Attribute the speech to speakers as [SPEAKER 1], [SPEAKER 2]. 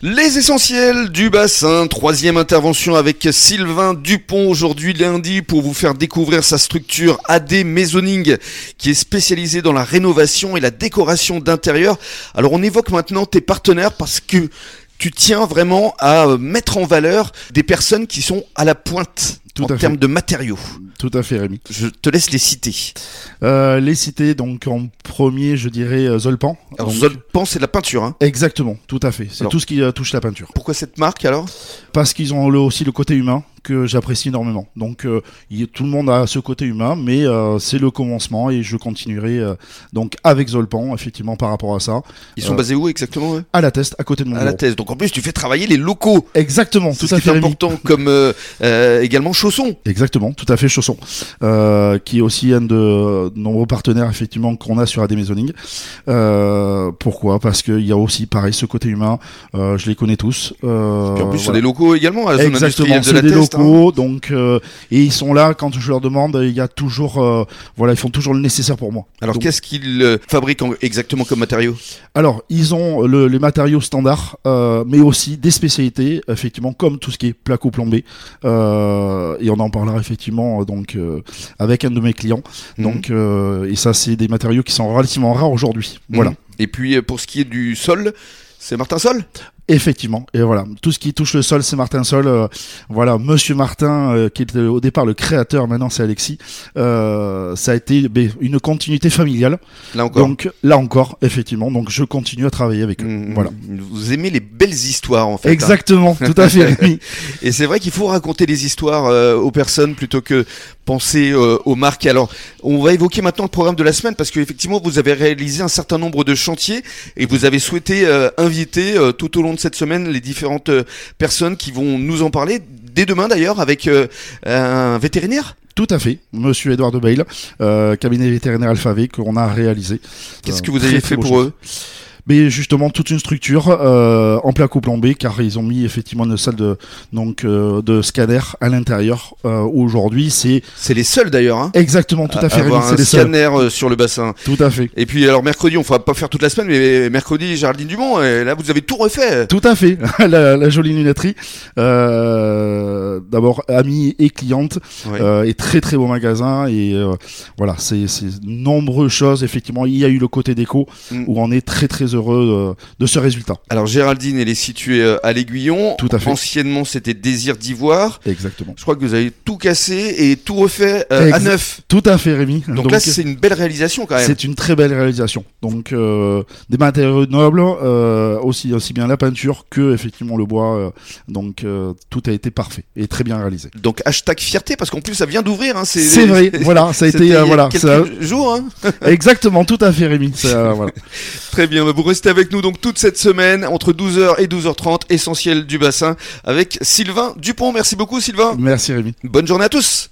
[SPEAKER 1] Les essentiels du bassin, troisième intervention avec Sylvain Dupont aujourd'hui lundi pour vous faire découvrir sa structure AD Maisoning qui est spécialisée dans la rénovation et la décoration d'intérieur. Alors on évoque maintenant tes partenaires parce que tu tiens vraiment à euh, mettre en valeur des personnes qui sont à la pointe
[SPEAKER 2] Tout
[SPEAKER 1] en
[SPEAKER 2] à fait.
[SPEAKER 1] termes de matériaux.
[SPEAKER 2] Tout à fait, Rémi.
[SPEAKER 1] Je te laisse les citer.
[SPEAKER 2] Euh, les cités, donc en premier, je dirais euh, Zolpan.
[SPEAKER 1] Alors
[SPEAKER 2] Donc-
[SPEAKER 1] Zolpan c'est de la peinture. Hein.
[SPEAKER 2] Exactement, tout à fait.
[SPEAKER 1] Ah,
[SPEAKER 2] C'est
[SPEAKER 1] Alors-
[SPEAKER 2] tout ce qui euh, touche la peinture.
[SPEAKER 1] Pourquoi cette marque alors
[SPEAKER 2] Parce qu'ils ont le- aussi le côté humain que j'apprécie énormément. Donc euh, il- tout le monde a ce côté humain, mais euh, c'est le commencement et je continuerai euh, donc avec Zolpan, effectivement, par rapport à ça.
[SPEAKER 1] Ils sont
[SPEAKER 2] Euh,
[SPEAKER 1] basés où exactement eux
[SPEAKER 2] À la test, à côté de mon
[SPEAKER 1] À la
[SPEAKER 2] bureau.
[SPEAKER 1] thèse. Donc en plus tu fais travailler les locaux.
[SPEAKER 2] Exactement,
[SPEAKER 1] Tout
[SPEAKER 2] tout
[SPEAKER 1] ce
[SPEAKER 2] à
[SPEAKER 1] qui
[SPEAKER 2] fait,
[SPEAKER 1] est
[SPEAKER 2] Rémi.
[SPEAKER 1] important comme euh, euh, également chaussons.
[SPEAKER 2] Exactement, tout à fait Chausson, euh, qui est aussi un de euh, nombreux partenaires effectivement qu'on a sur AD Maisoning. Euh, pourquoi Parce qu'il y a aussi pareil ce côté humain. euh, je les connais tous. euh,
[SPEAKER 1] Puis en plus, c'est
[SPEAKER 2] voilà.
[SPEAKER 1] des locaux également à la zone
[SPEAKER 2] Exactement,
[SPEAKER 1] industrielle de
[SPEAKER 2] c'est
[SPEAKER 1] la
[SPEAKER 2] des
[SPEAKER 1] Teste, hein.
[SPEAKER 2] locaux, donc euh, et ils sont là quand je leur demande. Il y a toujours, euh, voilà, ils font toujours le nécessaire pour moi.
[SPEAKER 1] Alors
[SPEAKER 2] Donc,
[SPEAKER 1] qu'est-ce qu'ils euh, fabriquent en- exactement comme matériaux
[SPEAKER 2] Alors, ils ont le- les matériaux standards, euh, mais aussi des spécialités, effectivement, comme tout ce qui est placo plombé. Euh, et on en parlera effectivement euh, donc euh, avec un de mes clients.
[SPEAKER 1] Hmm.
[SPEAKER 2] Donc, euh, et ça, c'est des matériaux qui sont relativement rares aujourd'hui.
[SPEAKER 1] Mhm.
[SPEAKER 2] Voilà,
[SPEAKER 1] Mhm. Et puis euh, pour ce qui est du sol, c'est Martin Sol
[SPEAKER 2] effectivement. Et voilà, tout ce qui touche le sol, c'est Martin Sol. Euh, voilà, Monsieur Martin, euh, qui était au départ le créateur, maintenant c'est Alexis. Euh, ça a été ben, une continuité familiale.
[SPEAKER 1] Là encore.
[SPEAKER 2] Donc là encore, effectivement, donc je continue à travailler avec eux.
[SPEAKER 1] Mhm.
[SPEAKER 2] Voilà.
[SPEAKER 1] Vous aimez les belles histoires en fait. hein.
[SPEAKER 2] Exactement, tout à fait. Rémi.
[SPEAKER 1] Et c'est vrai qu'il faut raconter des histoires euh, aux personnes plutôt que penser euh, aux marques. Alors, on va évoquer maintenant le programme de la semaine parce qu'effectivement, vous avez réalisé un certain nombre de chantiers et vous avez souhaité euh, inviter euh, tout au long de cette semaine les différentes euh, personnes qui vont nous en parler dès demain d'ailleurs avec euh, un vétérinaire.
[SPEAKER 2] Tout à fait, Monsieur Edouard de Bail, euh, cabinet vétérinaire Alphavé qu'on a réalisé.
[SPEAKER 1] Qu'est-ce
[SPEAKER 2] Euh,
[SPEAKER 1] que vous
[SPEAKER 2] très,
[SPEAKER 1] avez
[SPEAKER 2] très
[SPEAKER 1] fait
[SPEAKER 2] beau
[SPEAKER 1] pour
[SPEAKER 2] chantier.
[SPEAKER 1] eux
[SPEAKER 2] Mais justement toute une structure euh, en placo plombé car ils ont mis effectivement une salle de donc euh, de scanner à l'intérieur. Euh, où Aujourd'hui c'est
[SPEAKER 1] C'est les seuls d'ailleurs. Hein
[SPEAKER 2] exactement tout à fait Rémi,
[SPEAKER 1] avoir
[SPEAKER 2] c'est
[SPEAKER 1] un
[SPEAKER 2] les seuls.
[SPEAKER 1] scanner euh, sur le bassin.
[SPEAKER 2] Tout à fait,
[SPEAKER 1] Et puis alors mercredi, on ne fera pas faire toute la semaine, mais mercredi, Géraldine Dumont, et là vous avez tout refait.
[SPEAKER 2] tout à fait. la, la jolie lunetterie, euh, d'abord amie et cliente,
[SPEAKER 1] Ouais.
[SPEAKER 2] euh, et très très beau magasin et euh, voilà c'est c'est nombreuses choses effectivement. Il y a eu le côté déco
[SPEAKER 1] Mm.
[SPEAKER 2] où on est très très heureux euh, de ce résultat.
[SPEAKER 1] Alors Géraldine, elle est située euh, à l'Aiguillon.
[SPEAKER 2] Tout à fait.
[SPEAKER 1] Anciennement, c'était Désir d'Ivoire.
[SPEAKER 2] Exactement.
[SPEAKER 1] Je crois que vous avez tout cassé et tout refait euh, à
[SPEAKER 2] Exa-
[SPEAKER 1] neuf.
[SPEAKER 2] Tout à fait, Rémi. euh,
[SPEAKER 1] Donc, là, c'est une belle réalisation quand même.
[SPEAKER 2] c'est une très belle réalisation. Donc euh, des matériaux nobles, euh, aussi aussi bien la peinture que effectivement le bois. euh, donc euh, tout a été parfait et très bien réalisé.
[SPEAKER 1] Donc hashtag fierté parce qu'en plus ça vient d'ouvrir. Hein.
[SPEAKER 2] C'est vrai. voilà, ça a
[SPEAKER 1] C'était il y
[SPEAKER 2] été euh,
[SPEAKER 1] a
[SPEAKER 2] voilà.
[SPEAKER 1] quelques
[SPEAKER 2] ça-
[SPEAKER 1] jours. hein.
[SPEAKER 2] exactement, tout à fait, Rémi. Ça, euh, voilà.
[SPEAKER 1] Très bien, bah, vous restez avec nous donc toute cette semaine entre 12h et 12h30, essentiel du bassin, avec Sylvain Dupont. Merci beaucoup Sylvain.
[SPEAKER 2] Merci, Rémi.
[SPEAKER 1] Bonne journée à tous.